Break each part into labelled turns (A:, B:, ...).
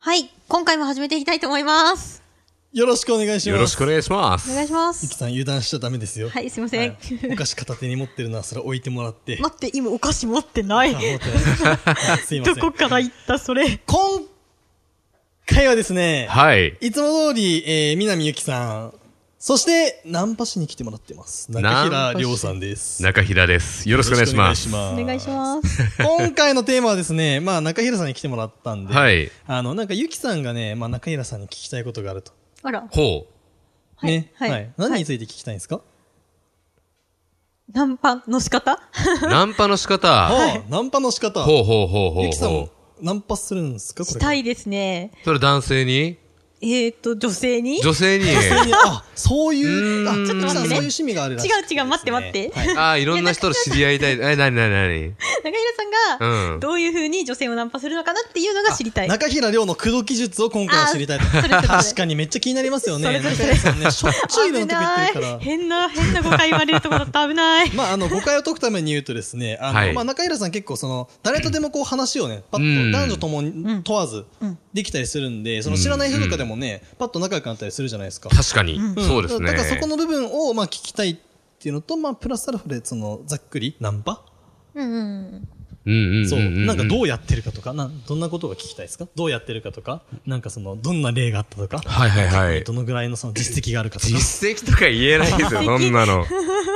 A: はい、今回も始めていきたいと思います。
B: よろしくお願いします。
C: よろしくお願いしま
A: お
C: す。
A: 願いしま
B: ゆき
A: す。
B: さん油断しちゃダメですよ。
A: はい、すいません。
B: はいお菓子片手に持ってるのはそれ置いてもらって。
A: 待って、今お菓子持ってな
B: あ
A: い。
B: 持ってないはいすいませ
A: どこ
B: ん。
A: から行ったそれ。
B: 今回はですね、
C: はい。
B: いつも通り、えー、南ゆきさん、そして、ナンパしに来てもらってます。中平亮さんです。
C: 中平です。よろしくお願いします。
B: よろ
A: お
B: く
A: 願いします。
B: す。今回のテーマはですね、まあ中平さんに来てもらったんで、
C: はい。
B: あの、なんかゆきさんがね、まあ中平さんに聞きたいことがあると。
A: あら、
C: ほ
A: はい
B: ね、
A: はい
B: 何について聞きたいんですか、
A: ナンパの仕方
C: う。ナンパの仕方。
B: ああ、ナンパの仕方。
C: ほうほうほうほ
B: ゆ
C: う
B: きさん
C: ほ
B: もナンパするんですかこれ
A: したいですね。
C: う。それ男性に
A: えっ、ー、と、女性に
C: 女性に
B: あ、そういうう、
C: ーん
B: あ、ちょっと待って、
A: ね
B: そういう趣味があるらしい、
A: 違う違う待って待って
B: はい
C: ああ、いろんな人と知り合いたい。え、なになになに
A: 中平さんが、
C: うん
A: どういう風に女性をナンパするのかなっていうのが知りたい。
B: 中平亮の駆動技術を今回は知りたいと。
A: あそれそれそれ
B: 確かにめっちゃ気になりますよね。
A: それそれそれ
B: 中平さんね、しょっちゅういろ
A: 危
B: んなとこ行
A: な
B: ってるか
A: い。
B: ら。
A: 変な、変な誤解言われるとこだった。危ない。
B: まあ、あの、誤解を解くために言うとですね、あの、
C: はい
B: まあ、中平さん結構その、誰とでもこう話をね、パ
C: う
B: ッ
C: ん
B: と、男女とも
A: ん
B: に問わず
A: うん、
B: できたりするんで、その知らない人とかでもね、パッと仲良くなったりするじゃないですか。
C: 確かに
A: うん。
C: そうですね
B: だ。からそこの部分を、まあ、聞きたいっていうのと、まあ、プラスアルファで、その、ざっくり、ナンパ
A: うんうん。
C: うんうんうん。
B: そう。なんかど
C: う
B: うやってるかとか、なんどんなことが聞きたいですかどうやってるかとか、なんかその、どんな例があったとか、
C: はいはいはい
B: ど。のぐらいのその実績があるかとか、
C: 実績とか言えないです よ、そんなの。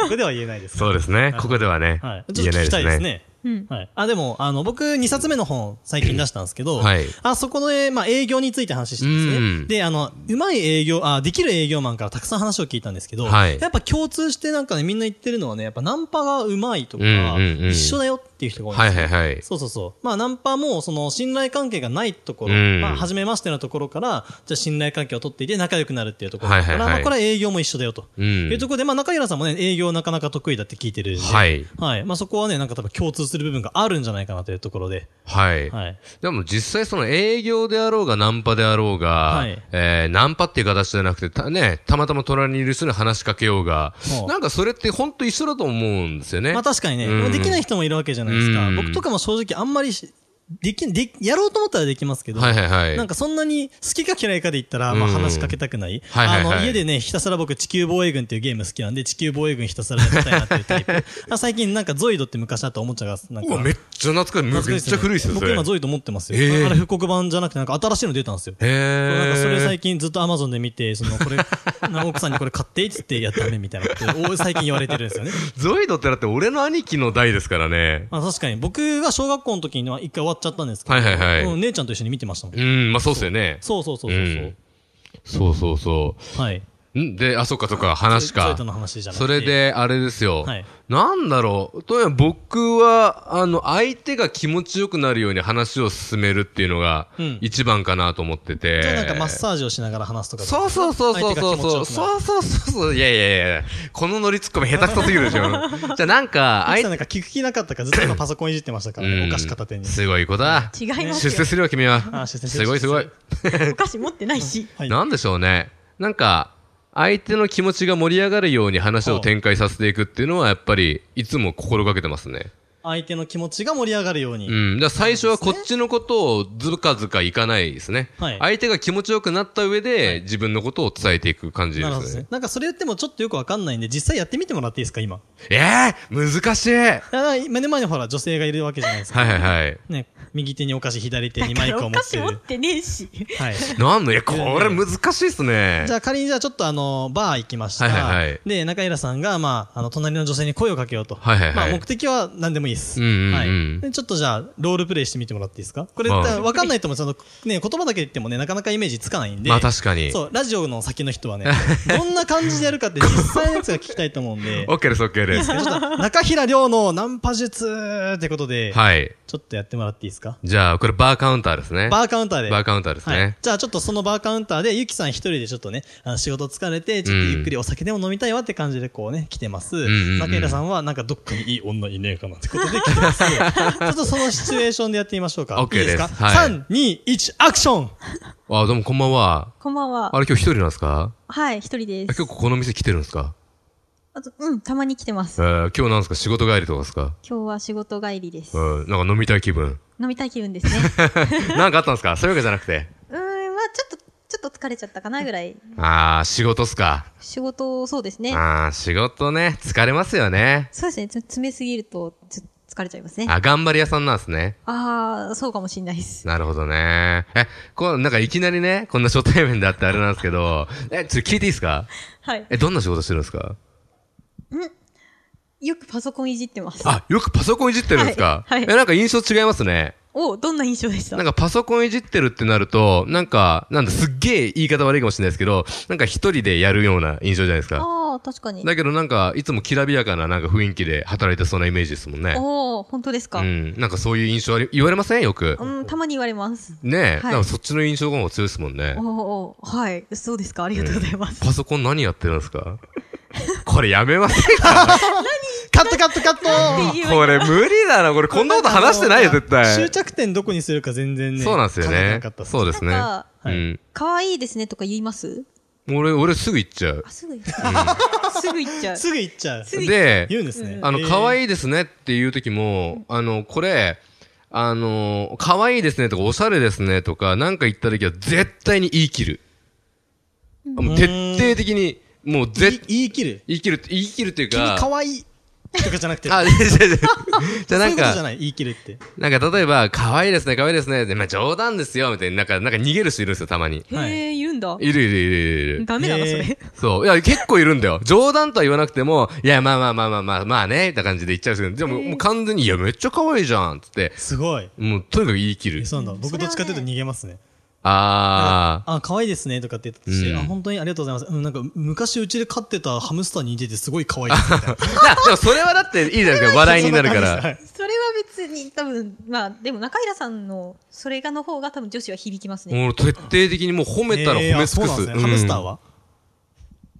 B: ここでは言えないです。
C: そうですね。ここではね
B: はい。。ち
C: 言
B: ょっと聞
C: えない
B: きたい
C: で
B: ですす
C: ね。
B: ね。
A: うん。
B: はい。あ、でも、あの、僕、2冊目の本、最近出したんですけど、
C: はい
B: あ、そこの、えーまあ、営業について話してたんです
C: う
B: ね。
C: ん
B: で、あの、うまい営業、あ、できる営業マンからたくさん話を聞いたんですけど、
C: はい
B: やっぱ共通してなんかね、みんな言ってるのはね、やっぱナンパがうまいとか、
C: うんうんうん
B: 一緒だよっていう人が多いんですよ
C: はいはいはい。
B: そうそうそう。まあ、ナンパも、その、信頼関係がないところ、
C: うん
B: まあ、初めましてのところから、じゃあ信頼関係を取っていて仲良くなるっていうところだから、
C: はいはいは
B: ま
C: い
B: あ、これは営業も一緒だよと。
C: うん
B: いうところで、まあ、中平さんもね、営業なかなか得意だって聞いてるんで。
C: はい。
B: はい。まあ、そこはね、なんか多分共通する部分があるんじゃないかなというところで。
C: はい。
B: はい。
C: でも実際その営業であろうがナンパであろうが、
B: はい
C: えーナンパっていう形じゃなくて、たね、たまたま隣にいる人に話しかけようが、
B: うん
C: なんかそれって本当一緒だと思うんですよね。
B: まあ、確かにね、
C: うん
B: できない人もいるわけじゃないですか。
C: うん
B: 僕とかも正直あんまりし、できん、で、やろうと思ったらできますけど、
C: はいはいはい。
B: なんかそんなに好きか嫌いかで言ったら、まあ
C: うん
B: 話しかけたくない。
C: はいはいは
B: あ
C: い
B: の、家でね、ひたすら僕地球防衛軍っていうゲーム好きなんで、地球防衛軍ひたすらやりたいなっていうタイ プ。あ最近なんかゾイドって昔あったおもちゃが、なん
C: う
B: か。
C: わ、めっちゃ懐かしい。め
B: 懐かし
C: っちゃ古いですよ、そ
B: 僕
C: れ。
B: 今ゾイド持ってますよ。
C: えー
B: あれ復刻版じゃなくてなんか新しいの出たんですよ。
C: へ
B: そうなんかそれ
C: え。
B: 最近ずっとアマゾンで見て、その、 これ、な奥さんにこれ買ってって言って、いやダメみたいなことを最近言われてるんです よね。
C: ゾイドってだって俺の兄貴の代ですからね。
B: まあ確かに、僕が小学校の時には一回終わっちゃったんですけど、
C: はいはいはい
B: うん姉ちゃんと一緒に見てましたもん。
C: うん、まあそうですよね。
B: そうそうそうそうそう
C: うんそうそうそ
B: はい。
C: う。んで、あ、そっかそっか、話
B: ゾ
C: か
B: イド。の話じゃなくて。
C: それで、あれですよ。
B: はい
C: なんだろう。とにかく僕は、あの、相手が気持ちよくなるように話を進めるっていうのが
B: うん、
C: 一番かなと思ってて。
B: じゃあなんかマッサージをしながら話すとか。
C: そうそうそうそ
B: 相
C: うそう
B: 手が気持ち
C: そ
B: よくなる
C: うそうそうそういやいやいやいやこのノリツッコミ下手くそすぎるで しょじゃあなんか
B: あい
C: 相
B: つなんか聞く気なかったからずっと今パソコンいじってましたからね。
C: うん
B: お菓子片手に。
C: すごい子だ
A: 違います
C: 出世
A: よ。
C: するよ君は
B: あ出世す
C: す
B: る
C: ごいすごい
A: お菓子持ってない し。
B: はい。
C: なんでしょうねなんか相手の気持ちが盛り上がるように話を展開させていくっていうのはやっぱりいつも心がけてますね
B: 相手の気持ちが盛り上がるように。
C: うん、だから最初はこっちのことをずかずかいかないですね、
B: はい
C: 相手が気持ちよくなった上で自分のことを伝えていく感じで
B: なるほどですす
C: ね
B: ね。なんかそれ言ってもちょっとよくわかんないんで、実際やってみてもらっていいですか、今。
C: えー、難しいはい
B: いやなんか目の前にほら女性がいるわけじゃないですか。
C: はいはい
B: ね、右手にお菓子、左手に
A: だ
B: マ
A: か
B: イ
A: ら
B: クを
A: お
B: 持
A: 菓
B: って
A: 子
B: る。
A: 持
B: は
A: ってねえし。
B: い。
C: なんのいや、 これ難しいっすね
B: じ。ゃあ仮にじゃあちょっとあの、バー行きました。
C: はいはいはい
B: で、中平さんが、まあ、あの、隣の女性に声をかけようと。
C: はいはいはい
B: まあ、目的は何でもいいいいです。
C: うんうんうん
B: はいで。ちょっとじゃあ、ロールプレイしてみてもらっていいですかこれ、
C: はい
B: だからわかんないとも、その、ね、言葉だけ言ってもね、なかなかイメージつかないんで。
C: まあ確かに。
B: そう、ラジオの先の人 はね、どんな感じでやるかって実際のやつが聞きたいと思うんで、
C: オッケーです、オッケーで す。
B: ちょっと中平亮のナンパ術ってことで、
C: はい。
B: ちょっとやってもらっていいですか
C: じゃあ、これバーカウンターですね。
B: バーカウンターで。
C: バーカウンターですね
B: はい。じゃあちょっとそのバーカウンターで、ゆきさん一人でちょっとね、あの仕事疲れて、ちょっとゆっくりお酒でも飲みたいわって感じでこうね、来てます。
C: んうんうん
B: 中平さんはなんかどっかにいい女いねえかなってことで来て ます。ちょっとそのシチュエーションでやってみましょうか。
C: オッケーです
B: いいですか、
C: はい
B: ?3、2、1、アクション
C: あ、どうもこんばんは。
A: こんばんは
C: あ。れ今日一人なんですか
A: はい、一人で
C: あ
A: す
C: 今日。ここの店来てるんですか
A: あと、うん、たまに来てま
C: え
A: す。
C: ー、今日なんですか仕事帰りとかですか
A: 今日は仕事帰りです
C: う。ん、なんか飲みたい 気分。
A: 飲みたい気分です ね。
C: なんかあったんですかそういうわけじゃなくて。
A: うーん、まあちょっと、ちょっと疲れちゃったかなぐらい。
C: あー、仕事っすか。
A: 仕事、そうですね。
C: あー、仕事ね。疲れますよね。
A: そうですね。つ詰めすぎると、ちょっと疲れちゃいますね。
C: あ、頑張り屋さんなんですね。
A: ああ、そうかもしんないです。
C: なるほどね。え、こう、なんかいきなりね、こんな初対面であってあれなんですけど、え、ちょっと聞いていいですか
A: はい。
C: え、どんな仕事してるんですか
A: よくパソコンいじってます。
C: あ、よくパソコンいじってるんですか、
A: はいはい
C: え、なんか印象違いますね。
A: おどんな印象でした
C: なんかパソコンいじってるってなると、なんか、なんだ、すっげえ言い方悪いかもしれないですけど、なんか一人でやるような印象じゃないですか。
A: ああ、確かに。
C: だけどなんか、いつもきらびやかななんか雰囲気で働いてそうなイメージですもんね。
A: おお本当です
C: う
A: か、うん
C: ん。なんかそういう印象あり、言われませんよく。
A: たまに言われます。
C: ねえ。
A: はい
C: なんかそっちの印象がもう強いですもんね
A: お。おはい。そうですか。ありがとうございます。
C: パソコン何やってるんですか これやめません
B: カットカットカット
C: これ無理だな。これこんなこと話してないよ、絶
B: 終
C: 対。
B: 着点どこにするか全然ね。
C: そうなんですよ
B: 考えて
C: ね
B: なかった。です
C: そうですね。
A: なんか
C: うん。
A: 可愛いですねとか言います
C: 俺、俺すぐ行っちゃう
A: あ、。すぐ言っちゃう。 すぐ言っちゃう。
B: すぐ行っちゃう。
C: で、
B: 言うんですね。
C: あの、
B: えー
C: 可愛いですねっていう時も、あの、これ、あの、可愛いですねとか、おしゃれですねとか、なんか言った時は絶対に言い切る。もう徹底的に、もう
B: 言い
C: 絶、
B: 言い切る。
C: 言い切るって、言い切るっていう
B: 君
C: か、
B: 可愛いとかじゃなくて。
C: あ、違う 違う違う。じゃあ
B: そう
C: ないん
B: うことじゃ
C: か、
B: ない、言い切るって。
C: なんか例えば、可愛いですね、可愛いですね、でまあ冗談ですよ、みたいな、なんか、なんか逃げる人いるんですよ、たまに。
A: へえ、いるんだ。
C: いるいるいるいるいる。
A: ダメだな、そ
B: へ
A: れ。
C: そう。いや、結構いるんだよ。冗談とは言わなくても、いや、まあまあまあまあまあ、まあね、みたいな感じで言っちゃうんですけど、でも、もう完全に、いや、めっちゃ可愛いじゃん、つって、
B: すごい。
C: もう、とにかく言い切
B: え
C: る。
B: そうなんだ。僕どっちかというと逃げますね。
C: あ
B: あ、可愛いですねとかって言ったとして、
C: うん
B: あ、本当にありがとうございます。うん、なんか、昔うちで飼ってたハムスターに似ててすごい可愛いですみたいな。
C: ー。いや、でもそれはだっていいじゃないです か。 笑いになるか
B: は
C: ら。
B: い
A: それは別に、多分、まあ、でも中平さんの、それがの方が多分女子は響きますね。
C: もう徹底的にもう褒めたら
B: えー
C: 褒め
B: あ
C: 尽
B: そう
C: く
B: なん
C: す。
B: ですね。ハムスター
C: うん
B: は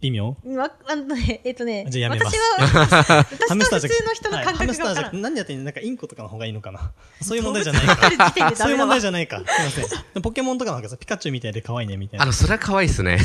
B: 微妙
A: わ、あのね、えっとね、
B: じゃあやめます
A: 私は、私
B: ハムスタ
A: と
B: ー
A: 普通の人の感
B: はいハム
A: 覚
B: ス
A: が
B: タ
A: わ
B: ー
A: か
B: じ
A: ら
B: ゃ
A: ん。
B: 何やってんのなんかインコとかの方がいいのかな。そういう問題じゃ
A: 動
B: ない
A: 物が
B: か
A: 来る時点でダ
B: そうい
A: メ
B: う
A: だ
B: 問
A: わ
B: 題じゃないか。すいませんで。ポケモンとかの方がさ、ピカチュウみたいで可愛いねみたい
C: あ
B: な。
C: の、それは可愛いっすね。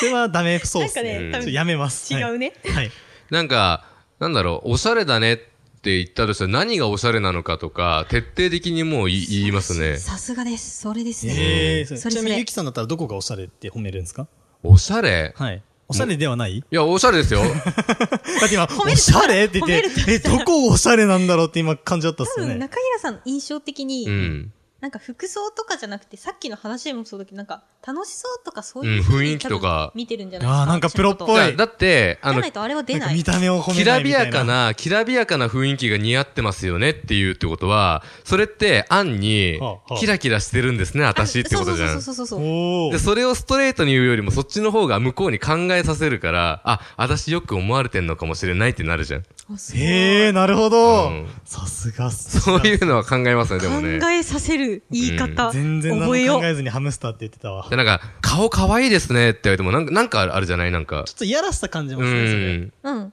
B: それはダメそうです
A: なんか
B: ね。
A: ね
B: ちょっとやめます。
A: 違うね
B: はい。はい。
C: なんか、なんだろう、おしゃれだねって言ったとしたら何がおしゃれなのかとか、徹底的にもう言い言いますね。
A: さすがです。それですね。
B: えーそう
A: それ
B: ちな
A: そ
B: みに
A: れ
B: ゆきさんだったらどこがおしゃれって褒めるんですか
C: おしゃれ
B: はい。おしゃれではない
C: いや、おしゃれですよ。
B: だって今、
A: め
B: お
A: る
B: しゃれって言って
A: 褒、
B: え、どこおしゃれなんだろうって今感じだったっ
A: 多
B: すよ
A: 分
B: ね。
A: 中平さん印象的に、
C: うん。
A: なんか服装とかじゃなくて、さっきの話でもそうだけど、なんか楽しそうとかそう
C: う
A: い
C: ん
A: う
C: 雰囲気とか
A: 多分見てるんじゃないですか。
B: ああ、なんかプロっ
A: 私
C: い
A: のこ
B: ぽ
C: や
B: い。
C: だって、
A: と。
C: あ
A: じゃ
C: の
A: な、いとあれは出
B: なん
A: な
B: か
A: い。
B: 見た目を褒め
C: き
B: な
C: ら
B: いみ
C: び
B: たいな。
C: やか。な、きらびやかな雰囲気が似合ってますよねっていうってことは、それって、暗に
B: はあはあ、
C: キラキラしてるんですね、私ってことじゃ
A: そうんそ。うそうそうそう。
B: おお
C: で、。それをストレートに言うよりも、そっちの方が向こうに考えさせるから、あ、私よく思われてんのかもしれないってなるじゃん。
A: あすごい
B: へえ、なるほど
C: うん。
B: さすがっす。
C: そういうのは考えますね、でもね。
A: 考えさせる言い方。
B: 全然何
A: 覚え
B: も
A: よ
B: 考
A: う。
B: えずにハムスターって言ってたわ。ち
C: で、
B: ょ
C: なんか、顔可愛いですねって言われても、なんか、なんかあるじゃないなんか。
B: っといやらしさ感じま
C: う
B: すね、それ。
C: ん。
A: うん。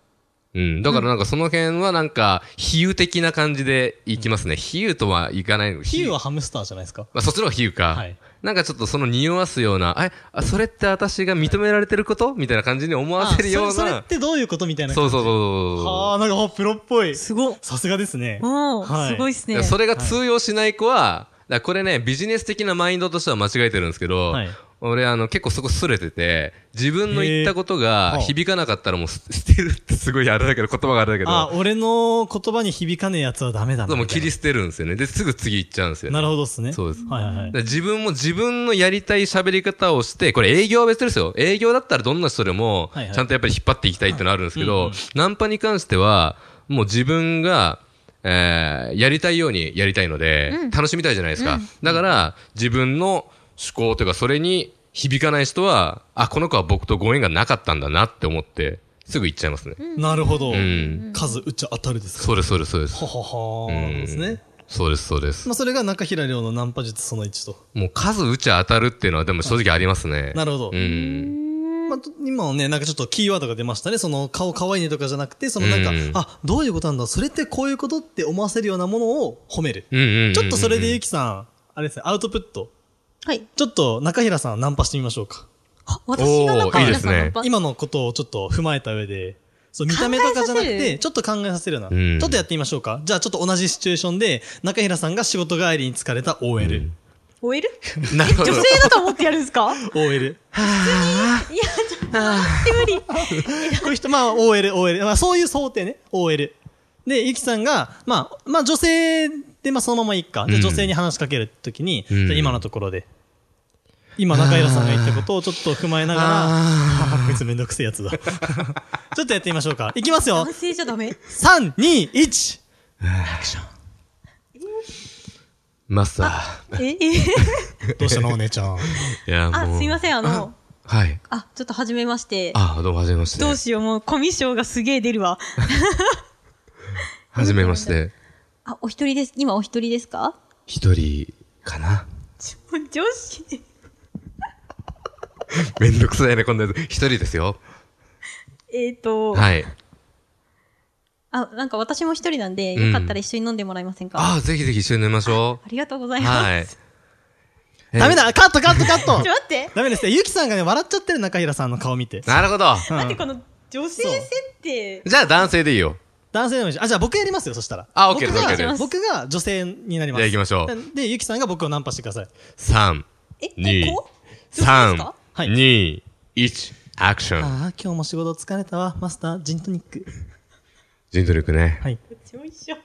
C: うん。だからなんかその辺はなんか、比喩的な感じでいきますね。比喩とはいかないの。
B: 比喩はハムスターじゃないですか。
C: まあ、そっちの方が比喩か。
B: はい
C: なんかちょっとその匂わすような、え、あ、それって私が認められてることみたいな感じに思わ
B: あ
C: せるような。
B: それそれってどういうことみたいな。
C: そうそうそう
B: あ
C: そ
B: あ、なんかあプロっぽい。
A: すごっ。
B: さすがですね。
A: お
B: は
A: ー
B: い
A: すごいっす
C: う。
A: ね。
C: それが通用しない子は、だからこれね、ビジネス的なマインドとしては間違えてるんですけど、
B: はい
C: 俺あの結構そこ擦れてて、自分の言ったこと
B: へ
C: が
B: ー
C: 響かなかったらもうす捨てるってすごいあれだけど、言葉があれだけ
B: あ
C: ど、
B: 俺の言葉に響かねえやつはダメだな。
C: もう
B: みたいな
C: 切り捨てるんですよね。で、すぐ次行っちゃうんですよね。
B: なるほどっすね。
C: そうです。
B: はいはいはい
C: だか。ら自分も自分のやりたい喋り方をして、これ営業は別ですよ。営業だったらどんな人でも
B: はいは、い
C: ちゃんとやっぱり引っ張っていきたいってのあるんですけど、ナンパに関しては、もう自分が、えーやりたいようにやりたいので、
A: うん
C: 楽しみたいじゃないですか。
A: うん
C: だから、自分の思考というか、それに響かない人は、あ、この子は僕とご縁がなかったんだなって思って、すぐ行っちゃいますね。
B: なるほど。
C: ん
B: 数打っちゃ当たるですか
C: そうです、そうです、そうです。
B: ははは
C: うん
B: ですね。
C: そうです、そうです
B: ま。あ、それが中平亮のナンパ術その1と。
C: もう数打ちゃ当たるっていうのはでも正直ありますね。
B: なるほど
C: う。ん。
B: まあ、今のね、なんかちょっとキーワードが出ましたね。その顔可愛いねとかじゃなくて、そのなんか、
C: うん
B: あ、どういうことなんだそれってこういうことって思わせるようなものを褒める。
C: うんうんうんうん
B: ちょっとそれでゆきさん、あれですね、アウトプット。
A: はい。
B: ちょっと中平さんナンパしてみましょうか。
A: あ私がなんか
C: おーいいですね
A: なんか
B: 今のことをちょっと踏まえた上で、そう、見た目とかじゃなく
A: 考えさせ
B: て、
A: る
B: ちょっと考えさせるような。
C: うん
B: ちょっとやってみましょうか。じゃあちょっと同じシチュエーションで、中平さんが仕事帰りに疲れた OL。
A: OL?
C: なるほど
A: 女性だと思ってやるんですか
B: OL。
A: いや、ちょっと待って無理。
B: こういう人、まあ OL、OL。まあそういう想定ね。OL。で、ゆきさんが、まあ、まあ女性で、まあそのままいっか。
C: う
B: で、
C: ん
B: 女性に話しかけるときに、
C: うん
B: じゃあ今のところで。今、中平さんが言ったことをちょっと踏まえながら、あーこいつ めんどくせえやつだ。ちょっとやってみましょうか。いきますよ
A: 男。性じゃダメ
B: 3、2、1。アクション。
C: マスタ
A: ええ
B: どうしたのお姉ちゃん。
C: ー。いや、
A: あ、
C: もう。
A: すいません、あの、
C: はい。
A: あ、ちょっと初めまして。
C: あ、どうも、はじめまして。
A: どうしよう、もうコミュ障がすげえ出るわ。
C: はじめまして。
A: あ、お一人です。今お一人ですか
C: 一人、かな。
A: ちょ女子。
C: めんどくさいね、こんなやつ。一人ですよ。
A: えっ、と、
C: はい。
A: あ、なんか私も一人なんで、よかったら一緒に飲んでもらえませんか、あ
C: あ、ぜひぜひ一緒に飲みましょ。
A: りがとうございうます。
C: はい。
B: ダメだカットカットカット
A: ちょ、待って
B: ダメですね。ゆきさんがね、笑っちゃってる中平さんの顔見て。
C: なるほど。
A: 待って、この女性設定。
C: じゃあ男性でいいよ。
B: 男性でもいいし。あ、じゃあ僕やりますよ、そしたら。
C: あ OK です
B: 僕が
C: OK です
B: 僕が女性になります。
C: じゃあ行きましょ
B: う。で、ゆきさんが僕をナンパしてください。
C: 3、
A: え、
C: に
A: ここ女性です
C: 3
A: か、
B: はい
C: 2、1、アクション。
B: ああ、今日も仕事疲れたわ。マスター、ジントニック。
C: ジントリックね。
B: はい。
A: うちも一緒。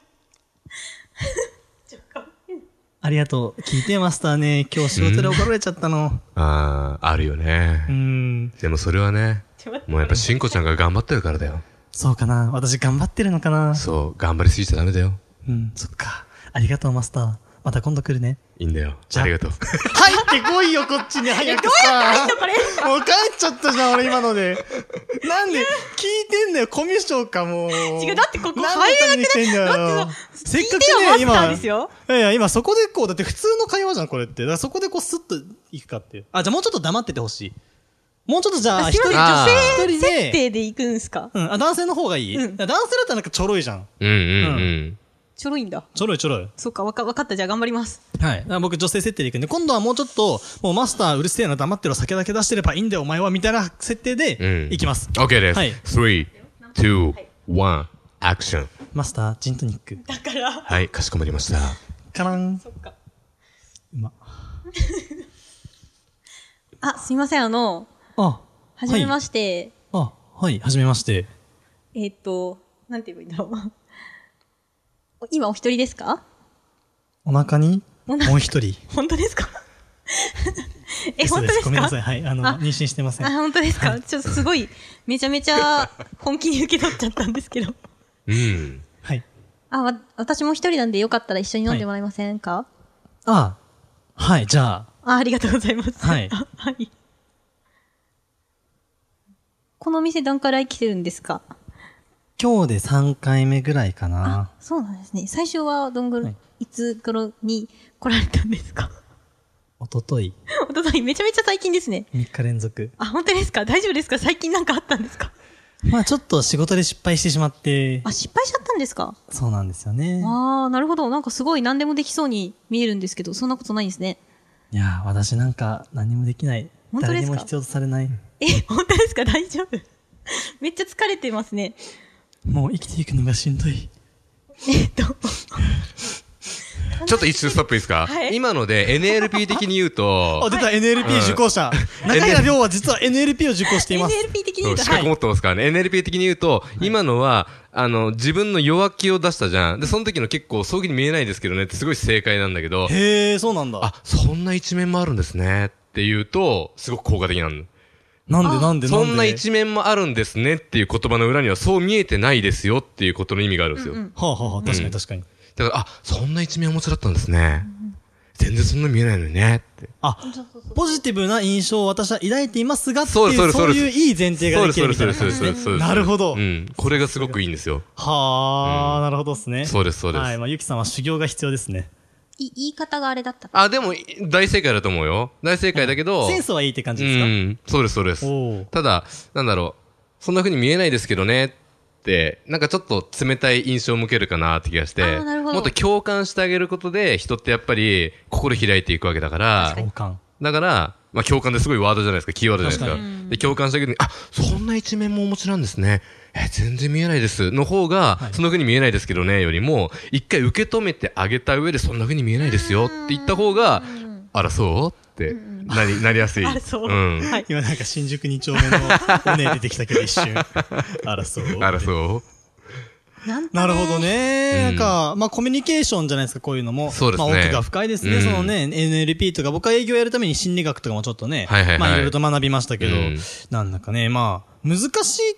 A: ちょごめん
B: ありがとう。聞いて、マスターね。今日仕事で怒られちゃったの。
C: あー、あるよ
B: うー
C: ね。
B: ん。
C: でもそれはね、
A: ちょ待って
C: もうやっぱしんこちゃんが頑張ってるからだよ。
B: そうかな。私頑張ってるのかな。
C: そう、頑張りすぎちゃダメだよ。
B: うん、そっか。ありがとう、マスター。また今度来るね。
C: いいんだよ。
B: じゃあ
C: ありがとう。
B: 入ってこいよ、こっちに早くさ。
A: これ
B: もう帰っちゃったじゃん、俺今の で。なんで、聞いてんだよ、コミュ障か、もう。
A: 違うだってここ
B: なんでためにしてんだ
A: だ
B: よ
A: って。
B: せっか
A: 聞
B: く
A: い
B: ね、
A: てよマスター
B: 今。
A: ですよ
B: いやいや、今そこでこう、だって普通の会話じゃん、これって。だからそこでこう、スッといくかっていう。あ、じゃあもうちょっと黙っててほしい。もうちょっとじゃあ、
A: あす
B: 一
A: い
B: 人、
A: ません
C: あ
A: 女
B: ー
A: 性
B: 一人で
A: 設定で行くんすか
B: うん、あ、男性の方がいい、
A: うん
B: 男性だったらなんかちょろいじゃん。
C: うんうんうん。
A: ちょろいんだ
B: ちょろいちょろい。
A: そっかわかわかったじゃあ頑張ります
B: はい。だから僕女性設定でいくんで、今度はもうちょっと、もうマスターうるせえな、黙ってろ、酒だけ出してればいいんだよ、お前は、みたいな設定
C: うん
B: で、いきます。
C: OK です。
B: はい
C: 3、2、1、アクション。
B: マスター、ジントニック。
A: だから
C: はい、かしこまりました。
B: カラン。
A: そっか
B: うま。
A: あすいませんあの
B: あ、
A: はじめま
B: して。
A: して、
B: あ、はい、はじめまして。
A: えーっとなんて言えばいいんだろうお今お一人ですか
B: お腹に
A: お腹
B: もう一人。
A: 本当 ですかえ
B: 嘘
A: 本当ですか
B: ごめんなさい。はい、あの、
A: あ
B: 妊娠してませ
A: あ
B: ん。
A: 本当ですかちょっとすごいめちゃめちゃ本気に受け取っちゃったんですけど
C: うん。
B: はい。
A: あわ私も一人なんでよかったら一緒に飲んでもらえませんか、
B: あ、はい、じゃあ、
A: あありがとうございます。
B: はい
A: あはい。この店何回来てるんですか
B: 今日で3回目ぐらいかな。
A: そうなんですね。最初はどんぐらい、
B: はい
A: い、つ頃に来られたんですか
B: おととい、
A: おとといめちゃめちゃ最近ですね。
B: 3日連続。
A: あ、本当ですか大丈夫ですか最近なんかあったんですか
B: まあちょっと仕事で失敗してしまって、
A: あ、失敗しちゃったんですか
B: そうなんですよね。
A: ああ、なるほど。なんかすごい何でもできそうに見えるんですけど、そんなことないんですね。
B: いやー、私なんか何もできない。
A: 本当で
B: 誰
A: す
B: に
A: か
B: も必要とされない。
A: え、本当ですか大丈夫 めっちゃ疲れてますね。
B: もう生きていくのがしんどい。
A: えっと。
C: ちょっと一周ストップいいですか、
A: はい
C: 今ので NLP 的に言う
B: あ、
C: と、
B: 出た NLP 受講者。中平亮は実は NLP を受講してい ます。
A: NLP 的に
C: う
A: 言うんと、
C: 資
A: はい
C: 格持ってますからね。NLP 的に言うと、今のは、あの、自分の弱気を出したじゃん。で、その時の結構、早期に見えないですけどねってすごい正解なんだけど、
B: へえ、そうなんだ。
C: あ、そんな一面もあるんですねって言うと、すごく効果的なん
B: なんでなんでなんで
C: そんな一面もあるんですねっていう言葉の裏にはそう見えてないですよっていうことの意味があるんですよ。
A: うんうん
B: はあはあはあ、確かに確かに。
C: だから、あ、そんな一面お持ちだったんですね。全然そんな見えないのにねって。
B: あ、ポジティブな印象を私は抱いていますがって
C: そうで
B: い
C: すそう
B: う、
C: です
B: そうい
C: そう
B: う
C: です
B: いい前提が
C: そう
B: で
C: です
B: き
C: そ
B: る
C: うで
B: みた
C: す
B: いう
C: そで
B: な
C: すそうですそうですそうです。
B: なるほど
C: うん。これがすごくいいんですよ。
B: は
C: う
B: あ、
C: ん
B: なるほどですね。
C: そうですそうです
B: はい。まあ、ゆきさんは修行が必要ですね。
A: い言い方があれだった。
C: あ、でも、大正解だと思うよ。大正解だけど。
B: センスはいいって感じ
C: う
B: です
C: ん。そうですそうで
B: か
C: す。
B: おお。
C: ただ、なんだろう。そんな風に見えないですけどねって、なんかちょっと冷たい印象を向けるかなって気がし
A: あ
C: て、
A: ーなるほど
C: もっと共感してあげることで、人ってやっぱり心開いていくわけだから、
B: 共感。
C: だから、まあ共感ってすごいワードじゃないですか、キーワードじゃないで
B: 確
C: す
A: か
C: か。
A: に
C: で、共感してあげるあ、そんな一面もお持ちなんですね。え、全然見えないです。の方が、
B: はい
C: そんな風に見えないですけどね、よりも、一回受け止めてあげた上で、そんな風に見えないですよって言った方が、あら、そうって、なり、なりやす い。。
A: あらそうんはい。
B: 今なんか新宿2丁目のおね出てきたけど一瞬。あらそう。
C: あら、そう。
A: なん
B: なるほど。ね。
C: う
B: なんんか、まあコミュニケーションじゃないですか、こういうのも。
C: そうですね
B: まあ奥が深いですね。
C: うん
B: そのね、NLP とか、僕は営業やるために心理学とかもちょっとね、
C: はいはいはい
B: まあいろいろと学びましたけど、
C: うん
B: なんだかね、まあ、難しいっ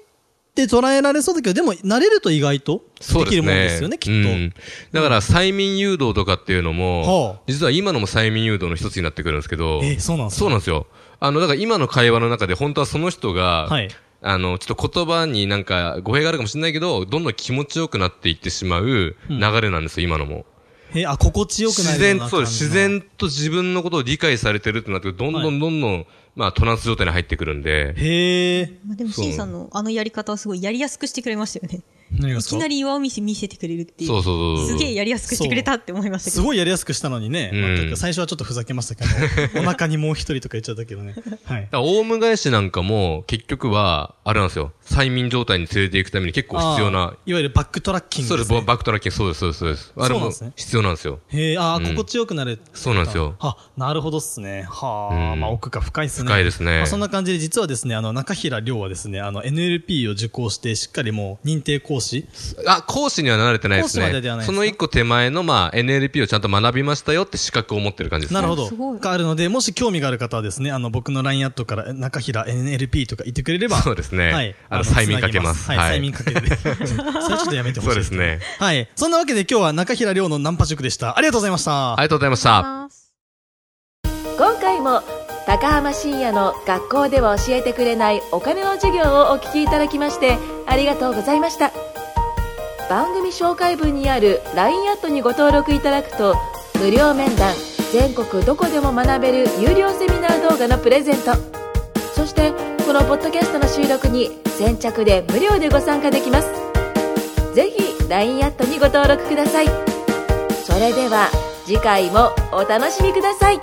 B: て捉えられそうだけど、でも慣れると意外とできるもんですよね、きっと。
C: うんだから、催眠誘導とかっていうの
B: は
C: も
B: あ、
C: 実は今のも催眠誘導の一つになってくるんですけど、
B: え、そうなんですか
C: そうなんですよ。あの、だから今の会話の中で、本当はその人が、
B: はい。
C: あの、ちょっと言葉になんか語弊があるかもしれないけど、どんどん気持ちよくなっていってしまう
B: うん
C: 流れなんですよ、今のも。
B: え、あ、心地よくな
C: 自
B: るよう
C: 然
B: な
C: と、
B: 感
C: そう
B: じの
C: です自然と自分のことを理解されてるってなってくると、どんどんどんどん、まあ、トランス状態に入ってくるんで。
B: へえ。
A: まあ、でも、
C: そう
A: C さんのあのやり方はすごいやりやすくしてくれましたよね。
B: 何が
A: い
B: ですか
A: きなり弱み見せてくれるっていう。
C: そうそうそうそう。
A: すげえやりやすくしてくれたって思いましたけ
B: す
A: ど。
B: ごいやりやすくしたのにね、
C: うん
B: 全く最初はちょっとふざけましたけど、お腹にもう一人とか言っちゃったけどね。 はい。
C: だからオウム返しなんかも、結局は、あれなんですよ。催眠状態に連れていくために結構必要
B: あ
C: な
B: ー。いわゆるバックトラッキング
C: そう
B: で、
C: ですす、
B: ね。
C: バックトラッキング、そうです、そうです、そうです。あれ
B: そうなん
C: も
B: ですね
C: 必要なんですよ。
B: へえ、ああ、
C: うん
B: 心地よくなる。
C: そうなんですよ
B: あ、なるほどっすね。はあ、
C: うん
B: まあ奥が深いっすね。
C: 深いですね
B: まあ、そんな感じで、実はですね、あの、中平亮はですね、あの、NLP を受講して、しっかりもう認定講師。
C: あ、講師にはなれてないです
B: 講師ま
C: ね。
B: でではないです
C: そ
B: か
C: の一個手前の、まあ、NLP をちゃんと学びましたよって資格を持ってる感じですね。
B: なるほ
A: すご
B: ど。
A: い
B: があるので、もし興味がある方はですね、あの、僕の LINE アットから、え中平 NLP とか言ってくれれば。
C: そうですね
B: はい。
C: あの
B: つなぎ
C: 催眠かけます
B: はい、
C: はい
B: 催眠かけて。 それちょっとやめてほしい。
C: そうですね。
B: はい。そんなわけで今日は中平亮のナンパ塾でした。ありがとうございました。
C: ありがとうございました。
D: 今回も高浜深也の学校では教えてくれないお金の授業をお聞きいただきましてありがとうございました番組紹介文にある LINE アットにご登録いただくと無料面談全国どこでも学べる有料セミナー動画のプレゼントそしてこのポッドキャストの収録に先着で無料でご参加できますぜひ LINE アットにご登録くださいそれでは次回もお楽しみください